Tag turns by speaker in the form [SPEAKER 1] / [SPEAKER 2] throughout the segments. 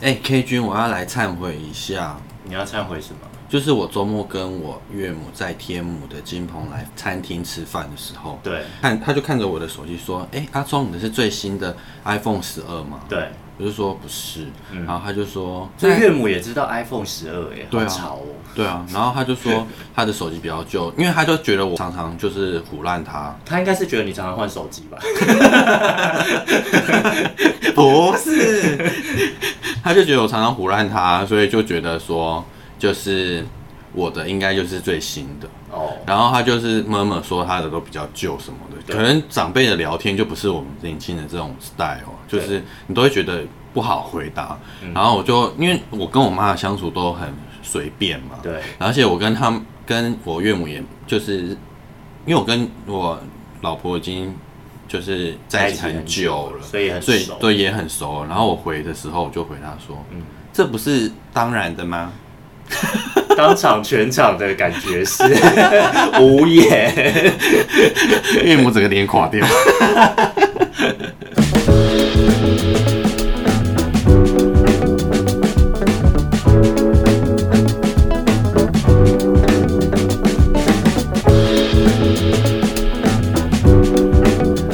[SPEAKER 1] 哎、k 君，我要来忏悔一下，
[SPEAKER 2] 你要忏悔什么？
[SPEAKER 1] 就是我周末跟我岳母在天母的金鹏来餐厅吃饭的时候，
[SPEAKER 2] 对
[SPEAKER 1] 看他就看着我的手机说：“哎、阿忠，你的是最新的 iPhone 十二吗
[SPEAKER 2] 对，？”
[SPEAKER 1] 我就说不是，
[SPEAKER 2] 嗯
[SPEAKER 1] 然后他就说：“
[SPEAKER 2] 所以
[SPEAKER 1] 那
[SPEAKER 2] 岳母也知道 iPhone 十二哎，
[SPEAKER 1] 对
[SPEAKER 2] 好
[SPEAKER 1] 啊
[SPEAKER 2] 吵哦。
[SPEAKER 1] 对啊，然后他就 说他的手机比较旧，因为他就觉得我常常就是胡乱他，
[SPEAKER 2] 他应该是觉得你常常换手机吧？
[SPEAKER 1] 不是， 他就觉得我常常胡乱他，所以就觉得说就是我的应该就是最新的，
[SPEAKER 2] 哦，
[SPEAKER 1] 然后他就是默默说他的都比较旧什么的，
[SPEAKER 2] 对
[SPEAKER 1] 可能长辈的聊天就不是我们年轻人这种 style，哦就
[SPEAKER 2] 对嗯
[SPEAKER 1] 是你都会觉得不好回答。然后我就因为我跟我妈的相处都很随便嘛，
[SPEAKER 2] 对，
[SPEAKER 1] 而且我跟他们跟我岳母也就是，因为我跟我老婆已经就是在一起很久了，
[SPEAKER 2] 所以很
[SPEAKER 1] 所以
[SPEAKER 2] 熟。
[SPEAKER 1] 对也很熟。然后我回的时候，我就回她说：“
[SPEAKER 2] 嗯
[SPEAKER 1] 这不是当然的吗？”
[SPEAKER 2] 当场全场的感觉 是无言。
[SPEAKER 1] 岳母整个脸垮掉。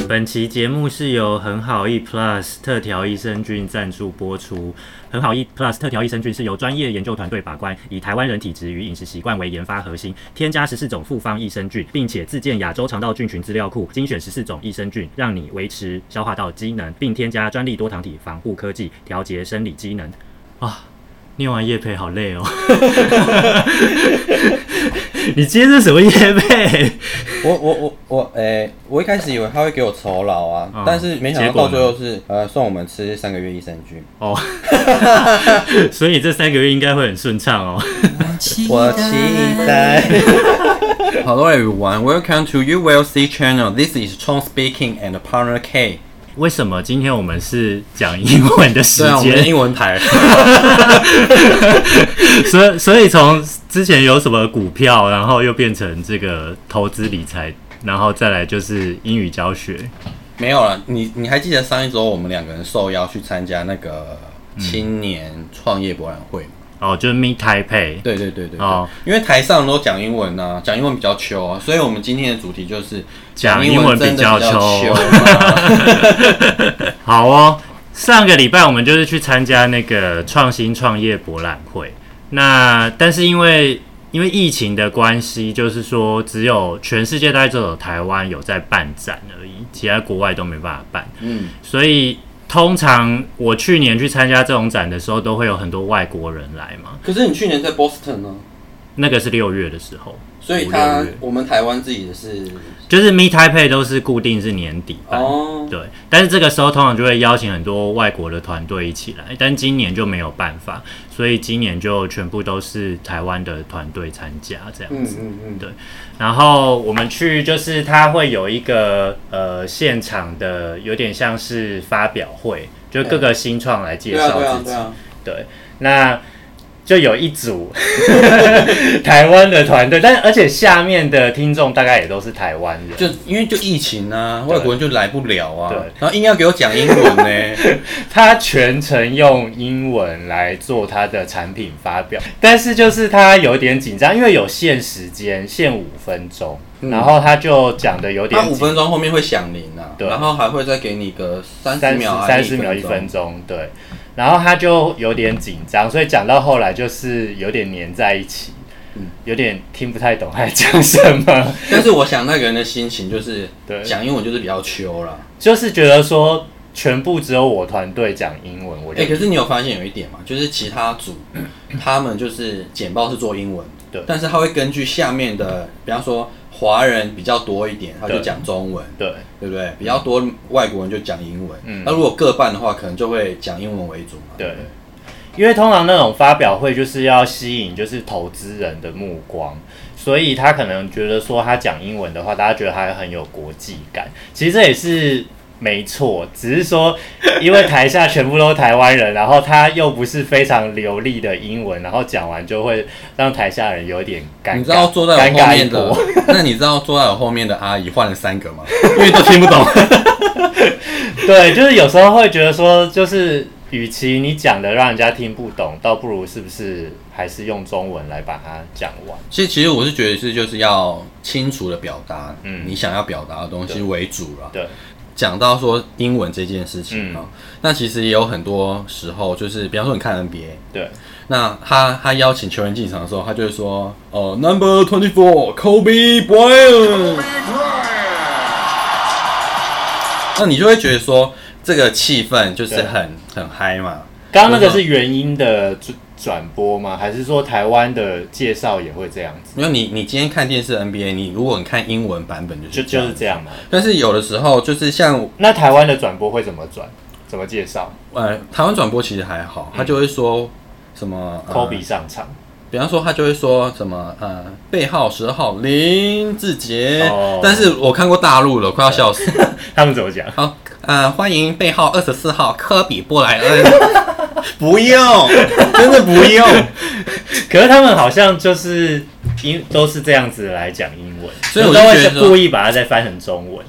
[SPEAKER 3] 本期节目是由很好益 Plus 特调益生菌赞助播出。很好益 Plus 特调益生菌是由专业研究团队把关，以台湾人体质与饮食习惯为研发核心，添加十四种复方益生菌，并且自建亚洲肠道菌群资料库，精选十四种益生菌，让你维持消化道机能，并添加专利多糖体防护科技，调节生理机能。啊，念完叶培好累哦。你接这什么叶培？
[SPEAKER 1] 我我我我，诶、我一开始以为他会给我酬劳啊，
[SPEAKER 3] 嗯
[SPEAKER 1] 但是没想
[SPEAKER 3] 结
[SPEAKER 1] 到
[SPEAKER 3] 果
[SPEAKER 1] 到
[SPEAKER 3] 呢
[SPEAKER 1] 最后是呃送我们吃三个月益生菌。
[SPEAKER 3] 哦，所以这三个月应该会很顺畅哦。
[SPEAKER 1] 我期待。Hello everyone, welcome to You Will See channel. This is Chong speaking and partner K.
[SPEAKER 3] 为什么今天我们是讲英文的时
[SPEAKER 1] 对啊，我们的
[SPEAKER 3] 间？
[SPEAKER 1] 英文牌。
[SPEAKER 3] 所以所以从之前有什么股票，然后又变成这个投资理财，然后再来就是英语教学。
[SPEAKER 1] 没有了，你你还记得上一周我们两个人受邀去参加那个
[SPEAKER 3] 嗯
[SPEAKER 1] 青年创业博览会吗？
[SPEAKER 3] 哦，就是 Meet Taipei。
[SPEAKER 1] 对对对对对
[SPEAKER 3] 哦
[SPEAKER 1] 因为台上都讲英文呐、啊，讲英文比较秋啊，所以我们今天的主题就是
[SPEAKER 3] 讲
[SPEAKER 1] 英
[SPEAKER 3] 英文
[SPEAKER 1] 真的
[SPEAKER 3] 比较
[SPEAKER 1] 比
[SPEAKER 3] 秋
[SPEAKER 1] 嘛
[SPEAKER 3] 好哦，上个礼拜我们就是去参加那个创新创业博览会，那但是因为因为疫情的关系，就是说只有全世界大概只有台湾有在办展而已，其他国外都没办法办，
[SPEAKER 1] 嗯，
[SPEAKER 3] 所以。通常我去年去参加这种展的时候，都会有很多外国人来嘛。
[SPEAKER 1] 可是你去年在 Boston 呢、
[SPEAKER 3] 那个是六月的时候，
[SPEAKER 1] 所以
[SPEAKER 3] 五
[SPEAKER 1] 他
[SPEAKER 3] 六月
[SPEAKER 1] 我们台湾自己的是
[SPEAKER 3] 就是 Meet Taipei 都是固定是年底办。
[SPEAKER 1] 哦，
[SPEAKER 3] 对，但是这个时候通常就会邀请很多外国的团队一起来，但今年就没有办法，所以今年就全部都是台湾的团队参加这样
[SPEAKER 1] 嗯
[SPEAKER 3] 子。
[SPEAKER 1] 嗯嗯，
[SPEAKER 3] 然后我们去就是它会有一个呃现场的，有点像是发表会，就各个新创来介
[SPEAKER 1] 对啊
[SPEAKER 3] 绍
[SPEAKER 1] 对啊
[SPEAKER 3] 自己。
[SPEAKER 1] 对啊，
[SPEAKER 3] 对，那就有一组 台湾的团队，但而且下面的听众大概也都是台湾人，
[SPEAKER 1] 就因为就疫情啊，外国人就来不了啊
[SPEAKER 3] 对，
[SPEAKER 1] 然后硬要给我讲英文 呢、
[SPEAKER 3] 他全程用英文来做他的产品发表，但是就是他有点紧张，因为有限时间，限五分钟，
[SPEAKER 1] 嗯
[SPEAKER 3] 然后他就讲的有点
[SPEAKER 1] 他五
[SPEAKER 3] 紧
[SPEAKER 1] 分钟后面会响铃啊，
[SPEAKER 3] 对
[SPEAKER 1] 然后还会再给你个三十
[SPEAKER 3] 三
[SPEAKER 1] 秒还
[SPEAKER 3] 三
[SPEAKER 1] 是
[SPEAKER 3] 十秒一
[SPEAKER 1] 钟
[SPEAKER 3] 分钟，对，然后他就有点紧张，所以讲到后来就是有点黏在一起，
[SPEAKER 1] 嗯
[SPEAKER 3] 有点听不太懂他在讲什么，
[SPEAKER 1] 但是我想那个人的心情就是
[SPEAKER 3] 对
[SPEAKER 1] 讲英文就是比较秋啦。
[SPEAKER 3] 就是觉得说全部只有我团队讲英文，我就
[SPEAKER 1] 哎、可是你有发现有一点嘛，就是其他 组他们就是简报是做英文，
[SPEAKER 3] 对
[SPEAKER 1] 但是他会根据下面的，比方说华人比较多一点，他就
[SPEAKER 3] 对
[SPEAKER 1] 讲中文，
[SPEAKER 3] 对
[SPEAKER 1] 对不对？比较多外国人就讲英文，
[SPEAKER 3] 嗯
[SPEAKER 1] 那如果各半的话，可能就会讲英文为主嘛。
[SPEAKER 3] 对，因为通常那种发表会就是要吸引就是投资人的目光，所以他可能觉得说他讲英文的话，大家觉得他很有国际感。其实这也是没错，只是说 因为台下全部都台湾人，然后他又不是非常流利的英文，然后讲完就会让台下人有点尴尬，
[SPEAKER 1] 你知道坐在
[SPEAKER 3] 尴
[SPEAKER 1] 我后
[SPEAKER 3] 尬一
[SPEAKER 1] 面的
[SPEAKER 3] 波。，
[SPEAKER 1] 那你知道坐在我后面的阿姨换了三 个吗？因为都听不懂。
[SPEAKER 3] 对，就是有时候会觉得说，就是与其你讲的让人家听不懂，倒不如是不是还是用中文来把它讲完？
[SPEAKER 1] 其实，其实我是觉得是就是要清楚的表达，
[SPEAKER 3] 嗯
[SPEAKER 1] 你想要表达的东西
[SPEAKER 3] 对
[SPEAKER 1] 为主了。
[SPEAKER 3] 对，
[SPEAKER 1] 讲到说英文这件事情啊、那其实也有很多时候，就是比方说你看 NBA，
[SPEAKER 3] 对，
[SPEAKER 1] 那他他邀请球员进场的时候，他就会说，哦，Number Twenty Four Kobe Bryant，那你就会觉得说这个气氛就是
[SPEAKER 3] 对
[SPEAKER 1] 很很嗨嘛。
[SPEAKER 3] 刚刚那个是原音的转转播吗？还是说台湾的介绍也会这样子？
[SPEAKER 1] 因为你你今天看电视 NBA，你如果你看英文版本就是
[SPEAKER 3] 就
[SPEAKER 1] 这
[SPEAKER 3] 就
[SPEAKER 1] 样
[SPEAKER 3] 是这样嘛。
[SPEAKER 1] 但是有的时候就是像
[SPEAKER 3] 那台湾的转播会怎么转？怎么介绍？
[SPEAKER 1] 呃台湾转播其实还好，他就会说什么呃
[SPEAKER 3] 科比上 场，
[SPEAKER 1] 比方说，他就会说什么呃，背号十号林志杰。
[SPEAKER 3] 哦
[SPEAKER 1] 但是我看过大陆了，快要笑 死。
[SPEAKER 3] 他们怎么讲？
[SPEAKER 1] 好，呃，欢迎背号二十四号科比布莱 恩。不用，真的不用。
[SPEAKER 3] 可是他们好像就是英都是这样子来讲英文，
[SPEAKER 1] 所以我就
[SPEAKER 3] 都会
[SPEAKER 1] 觉得说
[SPEAKER 3] 故意把它再翻成中文。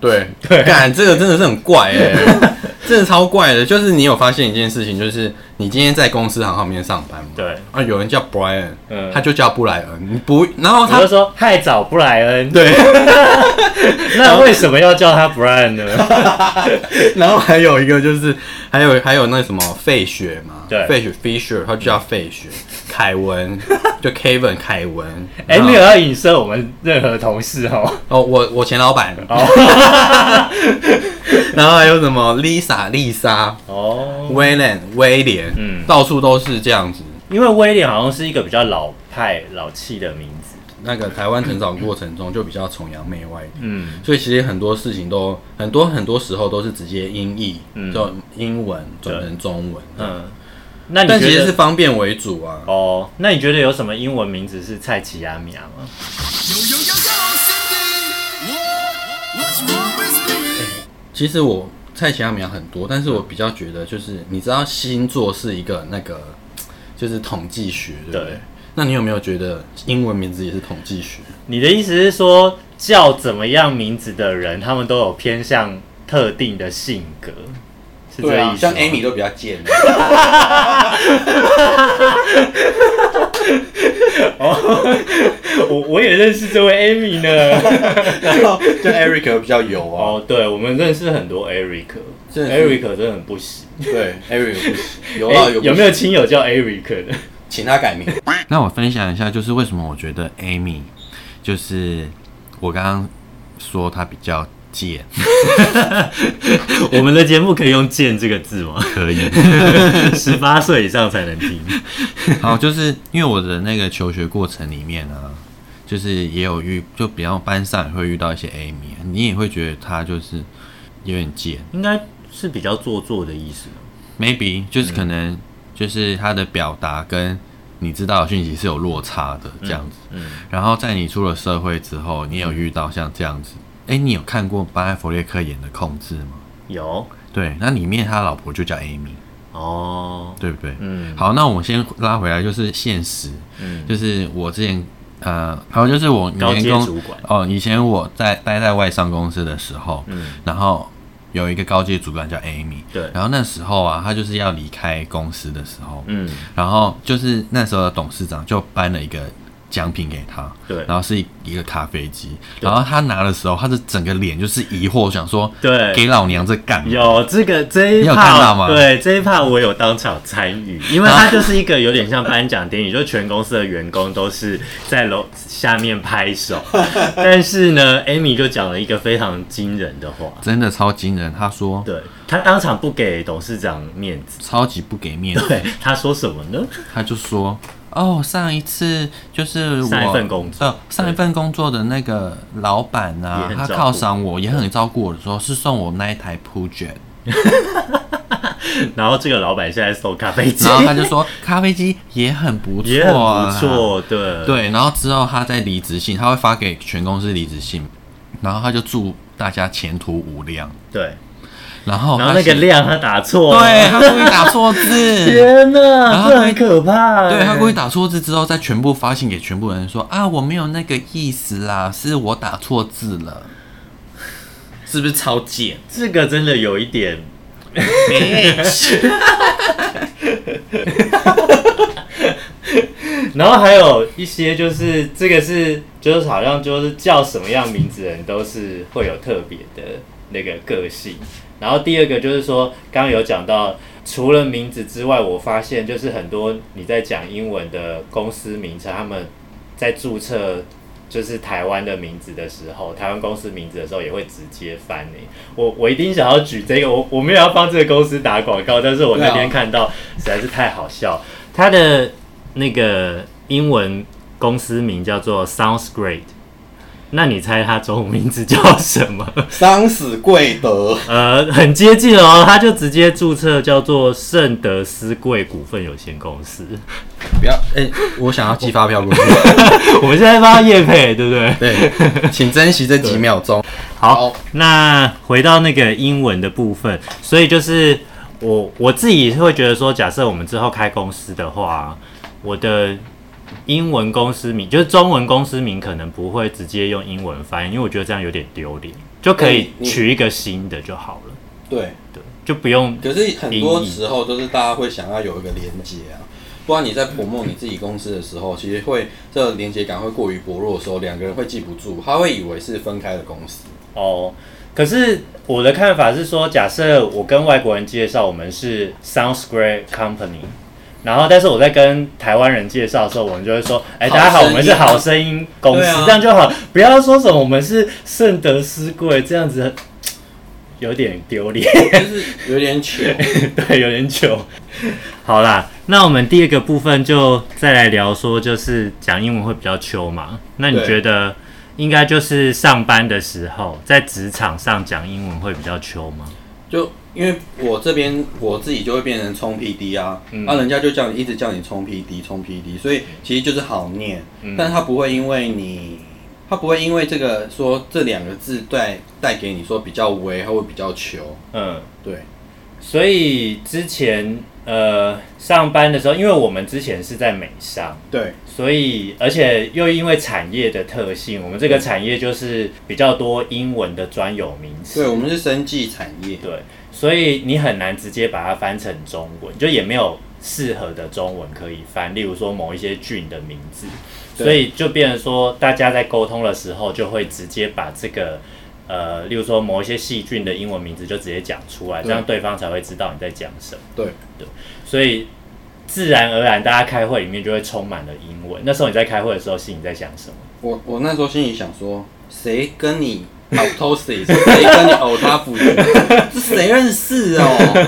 [SPEAKER 1] 对，干这个真的是很怪哎、 真的超怪的。就是你有发现一件事情，就是你今天在公司行号里面上班嘛，
[SPEAKER 3] 对，
[SPEAKER 1] 啊，有人叫 Brian，、
[SPEAKER 3] 嗯
[SPEAKER 1] 他就叫布莱恩，你不，然后
[SPEAKER 3] 我就
[SPEAKER 1] 他
[SPEAKER 3] 说太早布莱恩，
[SPEAKER 1] 对。
[SPEAKER 3] 那为什么要叫他 Brian 呢？
[SPEAKER 1] 然后还有一个就是，还有还有那什么费雪嘛，
[SPEAKER 3] 对嗯
[SPEAKER 1] 费雪 Fisher，他就叫费雪，凯 文就 Kevin 凯文，
[SPEAKER 3] 哎、
[SPEAKER 1] 然后
[SPEAKER 3] 没有要影射我们任何同事哦。
[SPEAKER 1] 哦，我我前老板， 然后还有什么 Lisa 丽莎、
[SPEAKER 3] 哦，
[SPEAKER 1] 威廉威廉，
[SPEAKER 3] 嗯
[SPEAKER 1] 到处都是这样子。
[SPEAKER 3] 因为威廉好像是一个比较老派、老气的名字。
[SPEAKER 1] 那个台湾成长过程中就比较崇洋媚外一点，
[SPEAKER 3] 嗯，
[SPEAKER 1] 所以其实很多事情都很多很多时候都是直接音译，
[SPEAKER 3] 嗯
[SPEAKER 1] 就英文转成中文，
[SPEAKER 3] 嗯，那
[SPEAKER 1] 但
[SPEAKER 3] 你
[SPEAKER 1] 其
[SPEAKER 3] 觉
[SPEAKER 1] 实是
[SPEAKER 3] 得？
[SPEAKER 1] 方便为主啊。
[SPEAKER 3] 哦，那你觉得有什么英文名字是蔡奇亚米亚吗？
[SPEAKER 1] 其实我蔡奇亚苗很多，但是我比较觉得就是，你知道星座是一个那个就是统计学，对不对？
[SPEAKER 3] 对
[SPEAKER 1] 那你有没有觉得英文名字也是统计学？
[SPEAKER 3] 你的意思是说，叫怎么样名字的人，他们都有偏向特定的性格，是这个
[SPEAKER 1] 啊
[SPEAKER 3] 意思吗？
[SPEAKER 1] 都比较贱。
[SPEAKER 3] 我我也认识这位 Amy 呢。
[SPEAKER 1] 然后就 Eric 比较油啊，
[SPEAKER 3] 哦，对，我们认识很多 Eric。
[SPEAKER 1] 真的是
[SPEAKER 3] Eric 真的很不行，
[SPEAKER 1] 对 Eric 不行，油
[SPEAKER 3] 诶哎有没有亲友叫 Eric 的？
[SPEAKER 1] 请他改名？那我分享一下，就是为什么我觉得 Amy 就是我刚刚说她比较贱，
[SPEAKER 4] 我们的节目可以用“贱”这个字吗？
[SPEAKER 1] 可以。
[SPEAKER 4] 十八岁以上才能听。
[SPEAKER 1] 好，哦就是因为我的那个求学过程里面呢，就是也有遇，就比方班上也会遇到一些 Amy，啊你也会觉得她就是有点贱
[SPEAKER 4] 应该是比较做作的意思。
[SPEAKER 1] ，maybe 就是可
[SPEAKER 4] 嗯
[SPEAKER 1] 能就是她的表达跟你知道的讯息是有落差的这样子。
[SPEAKER 4] 嗯，
[SPEAKER 1] 然后在你出了社会之后，你有遇到像这样
[SPEAKER 4] 嗯
[SPEAKER 1] 子，哎、你有看过巴埃弗列克演的《控制》吗？
[SPEAKER 4] 有
[SPEAKER 1] 对，那里面他老婆就叫 Amy，
[SPEAKER 4] 哦，
[SPEAKER 1] 对不对？
[SPEAKER 4] 嗯
[SPEAKER 1] 好，那我们先拉回来，就是现实，
[SPEAKER 4] 嗯，
[SPEAKER 1] 就是我之前呃，还有就是我
[SPEAKER 4] 高阶
[SPEAKER 1] 员工
[SPEAKER 4] 主管
[SPEAKER 1] 哦，以前我在待在外商公司的时候，
[SPEAKER 4] 嗯
[SPEAKER 1] 然后有一个高阶主管叫 Amy，
[SPEAKER 4] 对
[SPEAKER 1] 然后那时候啊，他就是要离开公司的时候，
[SPEAKER 4] 嗯，
[SPEAKER 1] 然后就是那时候的董事长就颁了一个奖品给他，
[SPEAKER 4] 对
[SPEAKER 1] 然后是一个咖啡机，然后他拿的时候，他的整个脸就是疑惑，想说
[SPEAKER 4] 对
[SPEAKER 1] 给老娘这干嘛？
[SPEAKER 4] 有这个这一
[SPEAKER 1] 你有
[SPEAKER 4] 趴
[SPEAKER 1] 看到吗
[SPEAKER 4] 对这一趴我有当场参与， 因为它就是一个有点像颁奖典礼，就全公司的员工都是在楼下面 拍手，但是呢，Amy 就讲了一个非常惊人的话，
[SPEAKER 1] 真的超惊人，他说
[SPEAKER 4] 对他当场不给董事长面子，
[SPEAKER 1] 超级不给面子，
[SPEAKER 4] 对他说什么呢？
[SPEAKER 1] 他就说。哦，上一次就是我
[SPEAKER 4] 上一份工作
[SPEAKER 1] 呃上一份工作的那个老板啊
[SPEAKER 4] 也，很
[SPEAKER 1] 他
[SPEAKER 4] 照顾
[SPEAKER 1] 犒赏我，也很照顾我的时候，是送我那一台 Puget，
[SPEAKER 4] 然后这个老板现在送咖啡机
[SPEAKER 1] 然，后他就说咖啡机也很不错、
[SPEAKER 4] 也很
[SPEAKER 1] 啊，
[SPEAKER 4] 不错，对，
[SPEAKER 1] 对，然后之后他在离职信，他会发给全公司离职信，然后他就祝大家前途无量。
[SPEAKER 4] 对，
[SPEAKER 1] 哦然后
[SPEAKER 4] 然后
[SPEAKER 1] 他
[SPEAKER 4] 那个
[SPEAKER 1] 写
[SPEAKER 4] 量他打错，
[SPEAKER 1] 对，他故意打错 字，
[SPEAKER 4] 天哪，
[SPEAKER 1] 后
[SPEAKER 4] 这
[SPEAKER 1] 他
[SPEAKER 4] 很可怕欸。
[SPEAKER 1] 对他故意打错字之后，再全部发信给全部人说啊，我没有那个意思啦，是我打错字了，是不是超贱？
[SPEAKER 4] 这个真的有一点
[SPEAKER 3] 然后还有一些就是这个是就是好像就是叫什么样名字的人都是会有特别的那个个性。然后第二个就是说，刚刚有讲到，除了名字之外，我发现就是很多你在讲英文的公司名称，他们在注册就是台湾的名字的时候，台湾公司名字的时候也会直接翻诶、我我一定想要举这个，我我没有要帮这个公司打广告，但是我那
[SPEAKER 5] 对啊
[SPEAKER 3] 天看到实在是太好笑，它的那个英文公司名叫做 Sounds Great。那你猜它中文名字叫什么？
[SPEAKER 1] 丧死贵德，
[SPEAKER 3] 呃，很接近哦，它就直接注册叫做圣德斯贵股份有限公司。
[SPEAKER 5] 不要，哎、我想要寄发票过 去。
[SPEAKER 3] 我们现在帮它业配，对不对？
[SPEAKER 5] 对，请珍惜这几秒钟。
[SPEAKER 3] 好，那回到那个英文的部分，所以就是我我自己会觉得说，假设我们之后开公司的话，我的英文公司名就是中文公司名，可能不会直接用英文翻译，因为我觉得这样有点丢脸，就可以
[SPEAKER 1] 对你
[SPEAKER 3] 取一个新的就好了，
[SPEAKER 1] 对，
[SPEAKER 3] 对，就不用
[SPEAKER 1] 可是很多时候都是大家会想要有一个连接啊，不然你在泼墨你自己公司的时候，其实会这个连接感会过于薄弱的时候，两个人会记不住，他会以为是分开的公司。
[SPEAKER 3] 哦，可是我的看法是说，假设我跟外国人介绍我们是 Sound Square Company，然后但是我在跟台湾人介绍的时候，我们就会说，哎、
[SPEAKER 1] 好
[SPEAKER 3] 大家好，
[SPEAKER 1] 声
[SPEAKER 3] 我
[SPEAKER 1] 音啊
[SPEAKER 3] 们是好声音公司，
[SPEAKER 1] 对啊
[SPEAKER 3] 这样就好，不要说什么我们是圣德斯贵，这样子嘖有点丢脸，
[SPEAKER 1] 有点 糗，
[SPEAKER 3] 对，有点糗。好啦，那我们第二个部分就再来聊说，就是讲英文会比较秋嘛？那你
[SPEAKER 1] 对
[SPEAKER 3] 觉得应该就是上班的时候，在职场上讲英文会比较秋吗？
[SPEAKER 1] 就因为我这边我自己就会变成冲 PD 啊，那、人家就叫你一直叫你冲 PD 冲 PD，所以其实就是好念，但是他不会因为你，他不会因为这个说这两个字带带给你说比较微，他会比较求，
[SPEAKER 3] 嗯，
[SPEAKER 1] 对，
[SPEAKER 3] 所以之前呃上班的时候，因为我们之前是在美商，
[SPEAKER 1] 对，
[SPEAKER 3] 所以而且又因为产业的特性，我们这个产业就是比较多英文的专有名词
[SPEAKER 1] 对，，我们是生技产业，
[SPEAKER 3] 对，所以你很难直接把它翻成中文，就也没有适合的中文可以翻，例如说某一些菌的名字，
[SPEAKER 1] 对
[SPEAKER 3] 所以就变成说，大家在沟通的时候就会直接把这个。呃，例如说某一些细菌的英文名字就直接讲出来，这样对方才会知道你在讲什么。
[SPEAKER 1] 对
[SPEAKER 3] 对，所以自然而然，大家开会里面就会充满了英文。那时候你在开会的时候，心里在想什么？
[SPEAKER 1] 我我那时候心里想说，谁跟你 autosis，谁跟你 o t a f 这谁认识哦？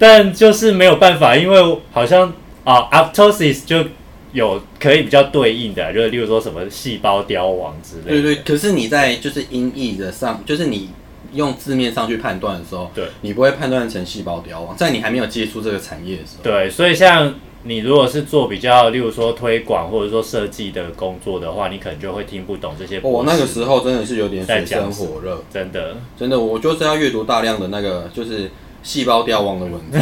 [SPEAKER 3] 但就是没有办法，因为好像啊，apoptosis 就有可以比较对应的，啊就是例如说什么细胞凋亡之类的。
[SPEAKER 1] 对对，可是你在就是音译的上，就是你用字面上去判断的时候，
[SPEAKER 3] 对
[SPEAKER 1] 你不会判断成细胞凋亡，在你还没有接触这个产业的时候，
[SPEAKER 3] 对所以像你如果是做比较，例如说推广或者说设计的工作的话，你可能就会听不懂这些博士。
[SPEAKER 1] 哦我、那个时候真的是有点水
[SPEAKER 3] 在讲
[SPEAKER 1] 深火热，
[SPEAKER 3] 真的，
[SPEAKER 1] 真的，我就是要阅读大量的那个就是细胞凋亡的文 字，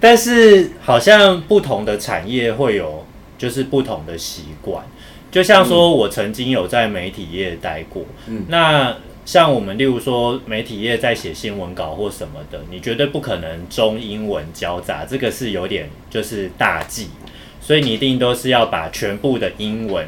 [SPEAKER 3] 但是好像不同的产业会有就是不同的习惯，就像说我曾经有在媒体业待过，
[SPEAKER 1] 嗯
[SPEAKER 3] 那像我们例如说媒体业在写新闻稿或什么的，你绝对不可能中英文交杂，这个是有点就是大忌，所以你一定都是要把全部的英文。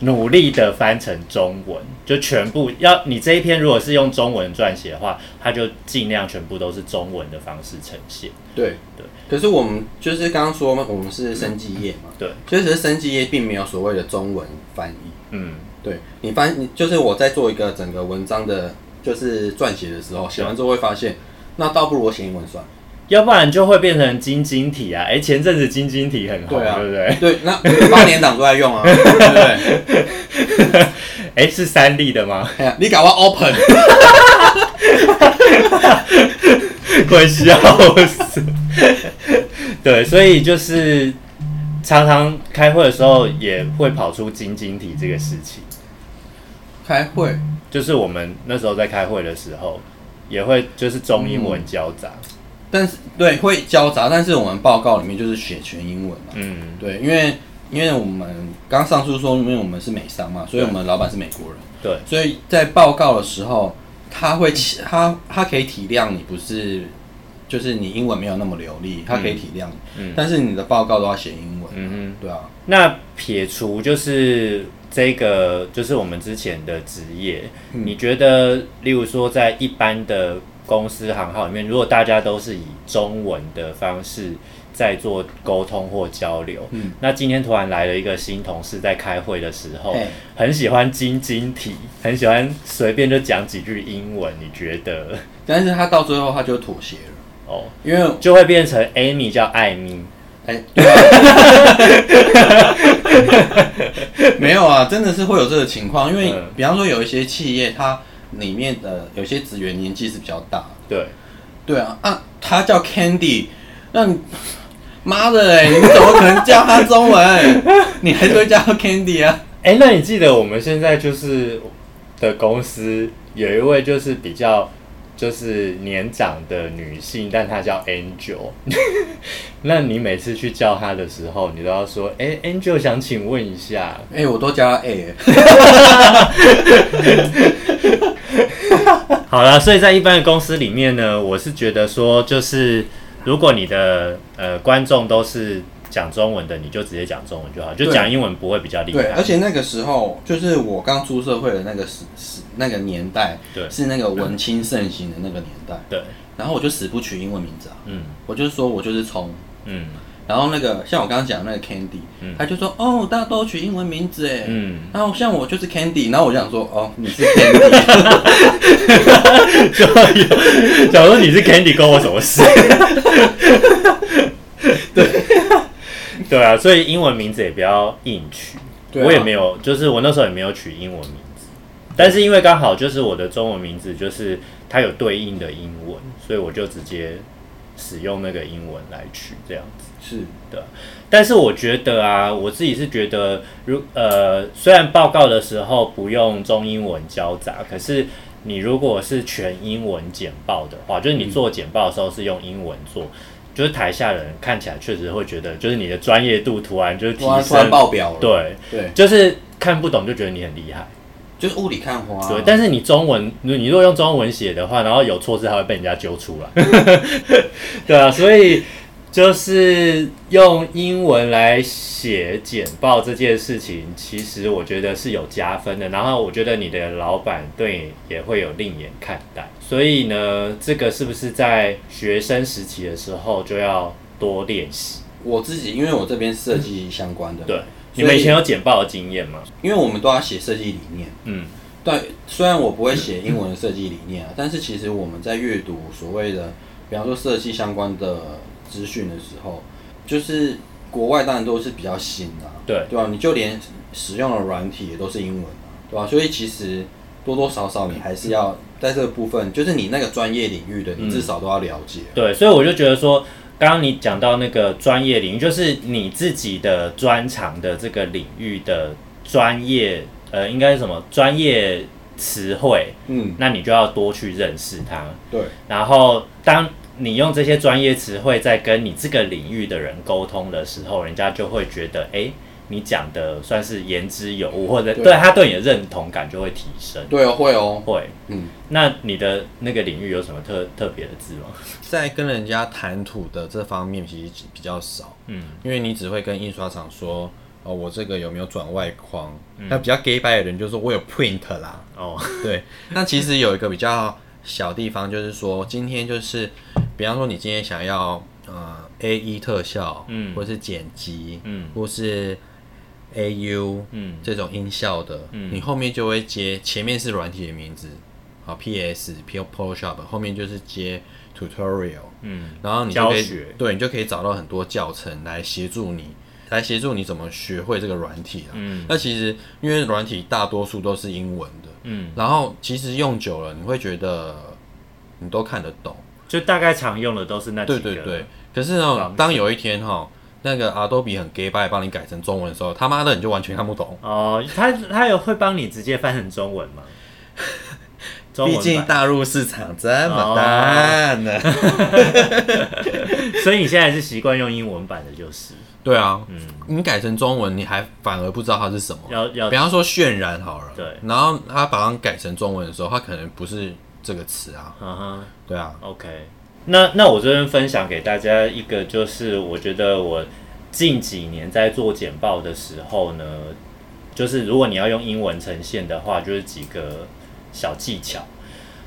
[SPEAKER 3] 努力的翻成中文，就全部要你这一篇如果是用中文撰写的话，它就尽量全部都是中文的方式呈现。
[SPEAKER 1] 对
[SPEAKER 3] 对。
[SPEAKER 1] 可是我们就是刚刚说嘛，我们是生技业嘛，
[SPEAKER 3] 对，
[SPEAKER 1] 确实生技业并没有所谓的中文翻译。
[SPEAKER 3] 嗯，
[SPEAKER 1] 对你翻，你就是我在做一个整个文章的，就是撰写的时候，写完之后会发现，那倒不如我写英文算了。
[SPEAKER 3] 要不然就会变成晶晶体啊！哎、前阵子晶晶体很红，对,、
[SPEAKER 1] 对啊
[SPEAKER 3] 不对？
[SPEAKER 1] 对，那八年党都在 用啊，对不对？
[SPEAKER 3] 哎、是三立的吗？
[SPEAKER 1] 哎呀你搞我 open，
[SPEAKER 3] 关系要死。 对，所以就是常常开会的时候也会跑出晶晶体这个事情。
[SPEAKER 1] 开会
[SPEAKER 3] 就是我们那时候在开会的时候，也会就是中英文交杂。
[SPEAKER 1] 但是对会交杂，但是我们报告里面就是写全英文啊。
[SPEAKER 3] 嗯，
[SPEAKER 1] 对，因为因为我们刚上述说，因为我们是美商嘛，所以我们老板是美国人，
[SPEAKER 3] 对，
[SPEAKER 1] 所以在报告的时候，他会起他他可以体谅你，不是就是你英文没有那么流利，他可以体谅你，
[SPEAKER 3] 嗯
[SPEAKER 1] 但是你的报告都要写英文，
[SPEAKER 3] 嗯哼，
[SPEAKER 1] 对啊，
[SPEAKER 3] 那撇除就是这个，就是我们之前的职业，
[SPEAKER 1] 嗯
[SPEAKER 3] 你觉得，例如说在一般的公司行号里面，如果大家都是以中文的方式在做沟通或交流，
[SPEAKER 1] 嗯
[SPEAKER 3] 那今天突然来了一个新同事，在开会的时候
[SPEAKER 1] 嘿，
[SPEAKER 3] 很喜欢晶晶体，很喜欢随便就讲几句英文，你觉得？
[SPEAKER 1] 但是他到最后他就妥协了，
[SPEAKER 3] 哦，
[SPEAKER 1] 因为
[SPEAKER 3] 就会变成 Amy 叫艾米，
[SPEAKER 1] 哎，没有啊，真的是会有这个情况，因为
[SPEAKER 3] 嗯
[SPEAKER 1] 比方说有一些企业，它里面的呃有些职员年纪是比较大，
[SPEAKER 3] 对，
[SPEAKER 1] 对啊，啊，他叫 Candy，那你妈的嘞，你怎么可能叫他中 文？你还是会叫他 Candy 啊？
[SPEAKER 3] 哎、那你记得我们现在就是的公司有一位就是比较就是年长的女性，但她叫 Angel。那你每次去叫她的时候，你都要说：“哎、a n g e l 想请问一下。
[SPEAKER 1] 哎、我都叫他 A，
[SPEAKER 3] 好了，所以在一般的公司里面呢，我是觉得说，就是如果你的呃观众都是讲中文的，你就直接讲中文就好，就
[SPEAKER 1] 对
[SPEAKER 3] 讲英文不会比较厉害。
[SPEAKER 1] 对，而且那个时候就是我刚出社会的那个时时那个年代，
[SPEAKER 3] 对
[SPEAKER 1] 是那个文青盛行的那个年代，
[SPEAKER 3] 对，
[SPEAKER 1] 然后我就死不取英文名字啊，
[SPEAKER 3] 嗯
[SPEAKER 1] 我就说我就是冲。
[SPEAKER 3] 嗯
[SPEAKER 1] 然后那个像我刚刚讲的那个 Candy，、
[SPEAKER 3] 嗯
[SPEAKER 1] 他就说哦，大家都取英文名字哎，
[SPEAKER 3] 嗯，
[SPEAKER 1] 然后像我就是 Candy，然后我就想说哦，你 是 Candy，
[SPEAKER 3] 就有 假如你是 Candy，关我什 么事？对对啊，所以英文名字也不要硬取。
[SPEAKER 1] 对啊
[SPEAKER 3] 我也没有，就是我那时候也没有取英文名字，但是因为刚好就是我的中文名字就是它有对应的英文，所以我就直接使用那个英文来取这样子。
[SPEAKER 1] 是
[SPEAKER 3] 但是我觉得啊，我自己是觉得，如呃，虽然报告的时候不用中英文交杂，可是你如果是全英文简报的话，就是你做简报的时候是用英文做，就是台下人看起来确实会觉得，就是你的专业度突然就是提
[SPEAKER 1] 突然突然
[SPEAKER 3] 升，
[SPEAKER 1] 爆表了，
[SPEAKER 3] 对，
[SPEAKER 1] 对，
[SPEAKER 3] 就是看不懂就觉得你很厉害，
[SPEAKER 1] 就是雾里看花啊，
[SPEAKER 3] 对。但是你中文，你你如果用中文写的话，然后有错字，还会被人家揪出来。 对啊，所以就是用英文来写简报这件事情，其实我觉得是有加分的。然后我觉得你的老板对你也会有另眼看待。所以呢，这个是不是在学生时期的时候就要多练习？
[SPEAKER 1] 我自己因为我这边设计相关的，
[SPEAKER 3] 对，
[SPEAKER 1] 所
[SPEAKER 3] 你
[SPEAKER 1] 以
[SPEAKER 3] 们以前有简报的经验吗？
[SPEAKER 1] 因为我们都要写设计理念，
[SPEAKER 3] 嗯
[SPEAKER 1] 对，虽然我不会写英文的设计理念啊，但是其实我们在阅读所谓的，比方说设计相关的资讯的时候，就是国外当然都是比较新的、啊，
[SPEAKER 3] 对
[SPEAKER 1] 对吧、你就连使用的软体也都是英文、啊，对吧、所以其实多多少少你还是要在这个部分，就是你那个专业领域的，你至少都要了解。
[SPEAKER 3] 对，所以我就觉得说，刚刚你讲到那个专业领域，就是你自己的专长的这个领域的专业，呃，应该是什么专业词汇，
[SPEAKER 1] 嗯，
[SPEAKER 3] 那你就要多去认识它。
[SPEAKER 1] 对，
[SPEAKER 3] 然后，当你用这些专业词汇在跟你这个领域的人沟通的时候，人家就会觉得，哎，你讲的算是言之有物，或者
[SPEAKER 1] 对
[SPEAKER 3] 对他对你的认同感就会提升。
[SPEAKER 1] 对哦，会哦，
[SPEAKER 3] 会，
[SPEAKER 1] 嗯，
[SPEAKER 3] 那你的那个领域有什么特特别的字吗？
[SPEAKER 1] 在跟人家谈吐的这方面其实比较少。
[SPEAKER 3] 嗯
[SPEAKER 1] 因为你只会跟印刷厂说，哦，我这个有没有转外框？那、比较 gay 白的人就说我有 print 啦，
[SPEAKER 3] 嗯哦，
[SPEAKER 1] 对。那其实有一个比较小地方，就是说今天就是，比方说你今天想要呃 A E 特效，
[SPEAKER 3] 嗯
[SPEAKER 1] 或是剪辑，
[SPEAKER 3] 嗯
[SPEAKER 1] 或是 A U，
[SPEAKER 3] 嗯
[SPEAKER 1] 这种音效的，
[SPEAKER 3] 嗯
[SPEAKER 1] 你后面就会接前面是软体的名字，好 P S P Photoshop，后面就是接 tutorial，
[SPEAKER 3] 嗯，
[SPEAKER 1] 然后你就可
[SPEAKER 3] 教
[SPEAKER 1] 以
[SPEAKER 3] 学
[SPEAKER 1] 对你就可以找到很多教程来协助你，来协助你怎么学会这个软体啊。
[SPEAKER 3] 嗯
[SPEAKER 1] 那其实因为软体大多数都是英文的，
[SPEAKER 3] 嗯，
[SPEAKER 1] 然后其实用久了你会觉得你都看得懂，
[SPEAKER 3] 就大概常用的都是那几
[SPEAKER 1] 对
[SPEAKER 3] 个。
[SPEAKER 1] 对对。可是
[SPEAKER 3] 方
[SPEAKER 1] 哦
[SPEAKER 3] 式，
[SPEAKER 1] 当有一天哈、哦，那个 Adobe 很 gay 拜帮你改成中文的时候，他妈的你就完全看不懂。
[SPEAKER 3] 哦，他他有会帮你直接翻成中 文吗？中
[SPEAKER 1] 毕
[SPEAKER 3] 文
[SPEAKER 1] 竟
[SPEAKER 3] 版。
[SPEAKER 1] 大陆市场这么大呢。
[SPEAKER 3] 所以你现在是习惯用英文版的，就是
[SPEAKER 1] 对啊，
[SPEAKER 3] 嗯
[SPEAKER 1] 你改成中文，你还反而不知道它是什么。
[SPEAKER 3] 要要
[SPEAKER 1] 比方说渲染好了，
[SPEAKER 3] 对
[SPEAKER 1] 然后他把它改成中文的时候，他可能不是
[SPEAKER 6] 这个词啊，
[SPEAKER 3] 嗯哼。
[SPEAKER 6] 对啊，
[SPEAKER 3] OK，那那我这边分享给大家一个，就是我觉得我近几年在做简报的时候呢，就是如果你要用英文呈现的话，就是几个小技巧，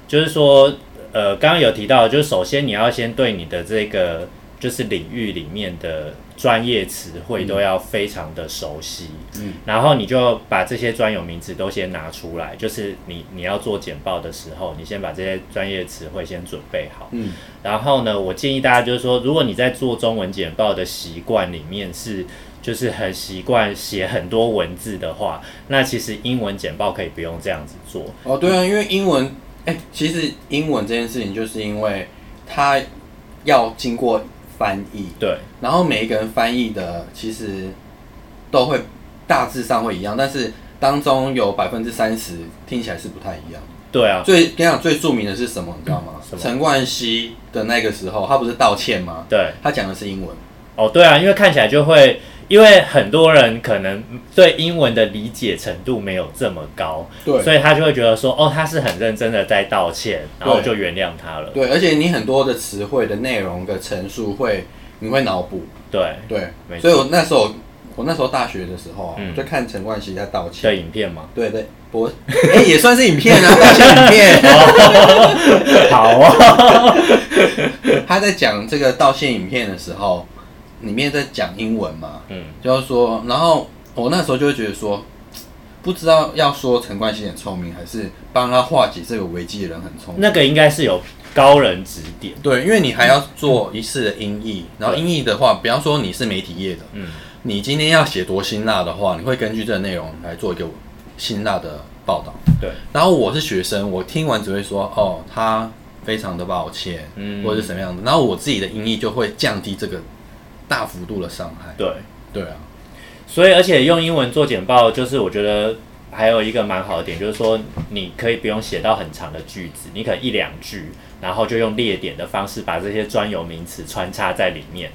[SPEAKER 3] 就是说，呃，刚刚有提到，就是首先你要先对你的这个就是领域里面的专业词汇都要非常的熟悉，嗯，然后你就把这些专有名词都先拿出来，就是你你要做简报的时候，你先把这些专业词汇先准备好，
[SPEAKER 1] 嗯，
[SPEAKER 3] 然后呢，我建议大家就是说，如果你在做中文简报的习惯里面是就是很习惯写很多文字的话，那其实英文简报可以不用这样子做，
[SPEAKER 1] 哦，对啊，因为英文，哎、其实英文这件事情，就是因为它要经过翻译，
[SPEAKER 3] 对，
[SPEAKER 1] 然后每一个人翻译的其实都会大致上会一样，但是当中有百分之三十听起来是不太一样。
[SPEAKER 3] 对啊，
[SPEAKER 1] 最跟你讲最著名的是什么，你知道吗
[SPEAKER 3] 嗯什？么
[SPEAKER 1] 陈冠希的那个时候，他不是道歉吗？
[SPEAKER 3] 对。
[SPEAKER 1] 他讲的是英文，
[SPEAKER 3] 哦，对啊，因为看起来就会，因为很多人可能对英文的理解程度没有这么高，所以他就会觉得说，哦，他是很认真的在道歉，然后
[SPEAKER 1] 对
[SPEAKER 3] 就原谅他了。
[SPEAKER 1] 对，而且你很多的词汇的内容的陈述会，你会脑补，
[SPEAKER 3] 对
[SPEAKER 1] 对
[SPEAKER 3] 没，
[SPEAKER 1] 所以我那时候我那时候大学的时候啊，
[SPEAKER 3] 嗯
[SPEAKER 1] 我就看陈冠希在道歉，
[SPEAKER 3] 的影片嘛，
[SPEAKER 1] 对对，我 哎、也算是影片啊，道歉影 片，
[SPEAKER 3] 好啊，
[SPEAKER 1] 他在讲这个道歉影片的时候，里面在讲英文嘛，
[SPEAKER 3] 嗯，
[SPEAKER 1] 就是说，然后我那时候就会觉得说，不知道要说陈冠希很聪明，还是帮他化解这个危机的人很聪明。
[SPEAKER 3] 那个应该是有高人指点，
[SPEAKER 1] 对，因为你还要做一次的音译，然后
[SPEAKER 3] 对
[SPEAKER 1] 音译的话，比方说你是媒体业的，
[SPEAKER 3] 嗯，
[SPEAKER 1] 你今天要写多辛辣的话，你会根据这个内容来做一个辛辣的报道。
[SPEAKER 3] 对，
[SPEAKER 1] 然后我是学生，我听完只会说哦，他非常的抱歉，
[SPEAKER 3] 嗯
[SPEAKER 1] 或者是什么样的，然后我自己的音译就会降低这个大幅度的伤害。
[SPEAKER 3] 对。
[SPEAKER 1] 对啊，
[SPEAKER 3] 所以，而且用英文做简报，就是我觉得还有一个蛮好的点，就是说你可以不用写到很长的句子，你可能一两句，然后就用列点的方式把这些专有名词穿插在里面，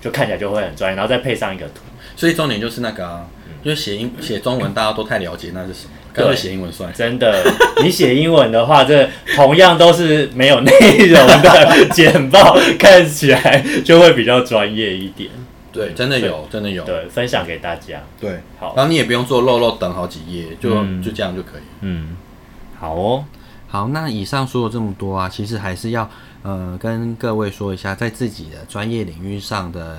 [SPEAKER 3] 就看起来就会很专业，然后再配上一个图。
[SPEAKER 1] 所以重点就是那个啊，就是写英写中文，大家都太了解那是什么，
[SPEAKER 3] 嗯对
[SPEAKER 1] 干脆写英文算了。
[SPEAKER 3] 真的， 你写英文的话，这同样都是没有内容的简报，看起来就会比较专业一点。
[SPEAKER 1] 对，真的有，真的有。
[SPEAKER 3] 对，分享给大家。
[SPEAKER 1] 对，
[SPEAKER 3] 好
[SPEAKER 1] 然后你也不用做肉肉等好几页，就
[SPEAKER 3] 嗯
[SPEAKER 1] 就这样就可以。
[SPEAKER 3] 嗯，好哦。
[SPEAKER 6] 好，那以上说了这么多啊，其实还是要呃跟各位说一下，在自己的专业领域上的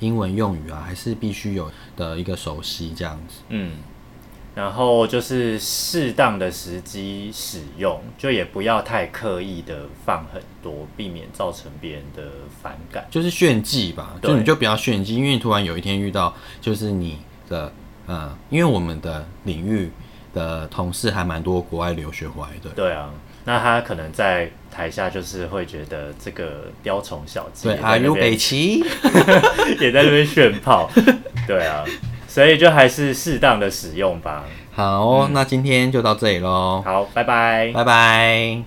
[SPEAKER 6] 英文用语啊，还是必须有的一个熟悉这样子。
[SPEAKER 3] 嗯，然后就是适当的时机使用，就也不要太刻意的放很多，避免造成别人的反感。
[SPEAKER 6] 就是炫技吧，
[SPEAKER 3] 对
[SPEAKER 6] 就你就不要炫技，因为你突然有一天遇到，就是你的呃，因为我们的领域的同事还蛮多国外留学回来的，
[SPEAKER 3] 对啊，那他可能在台下就是会觉得这个雕虫小技，
[SPEAKER 6] 对
[SPEAKER 3] 也在
[SPEAKER 6] 啊，
[SPEAKER 3] 那
[SPEAKER 6] 如
[SPEAKER 3] 边
[SPEAKER 6] 北齐，
[SPEAKER 3] 也在那边炫炮。对啊，所以就还是适当的使用吧。嗯
[SPEAKER 6] 好哦、那今天就到这里喽，
[SPEAKER 3] 好，拜拜。
[SPEAKER 6] 拜拜。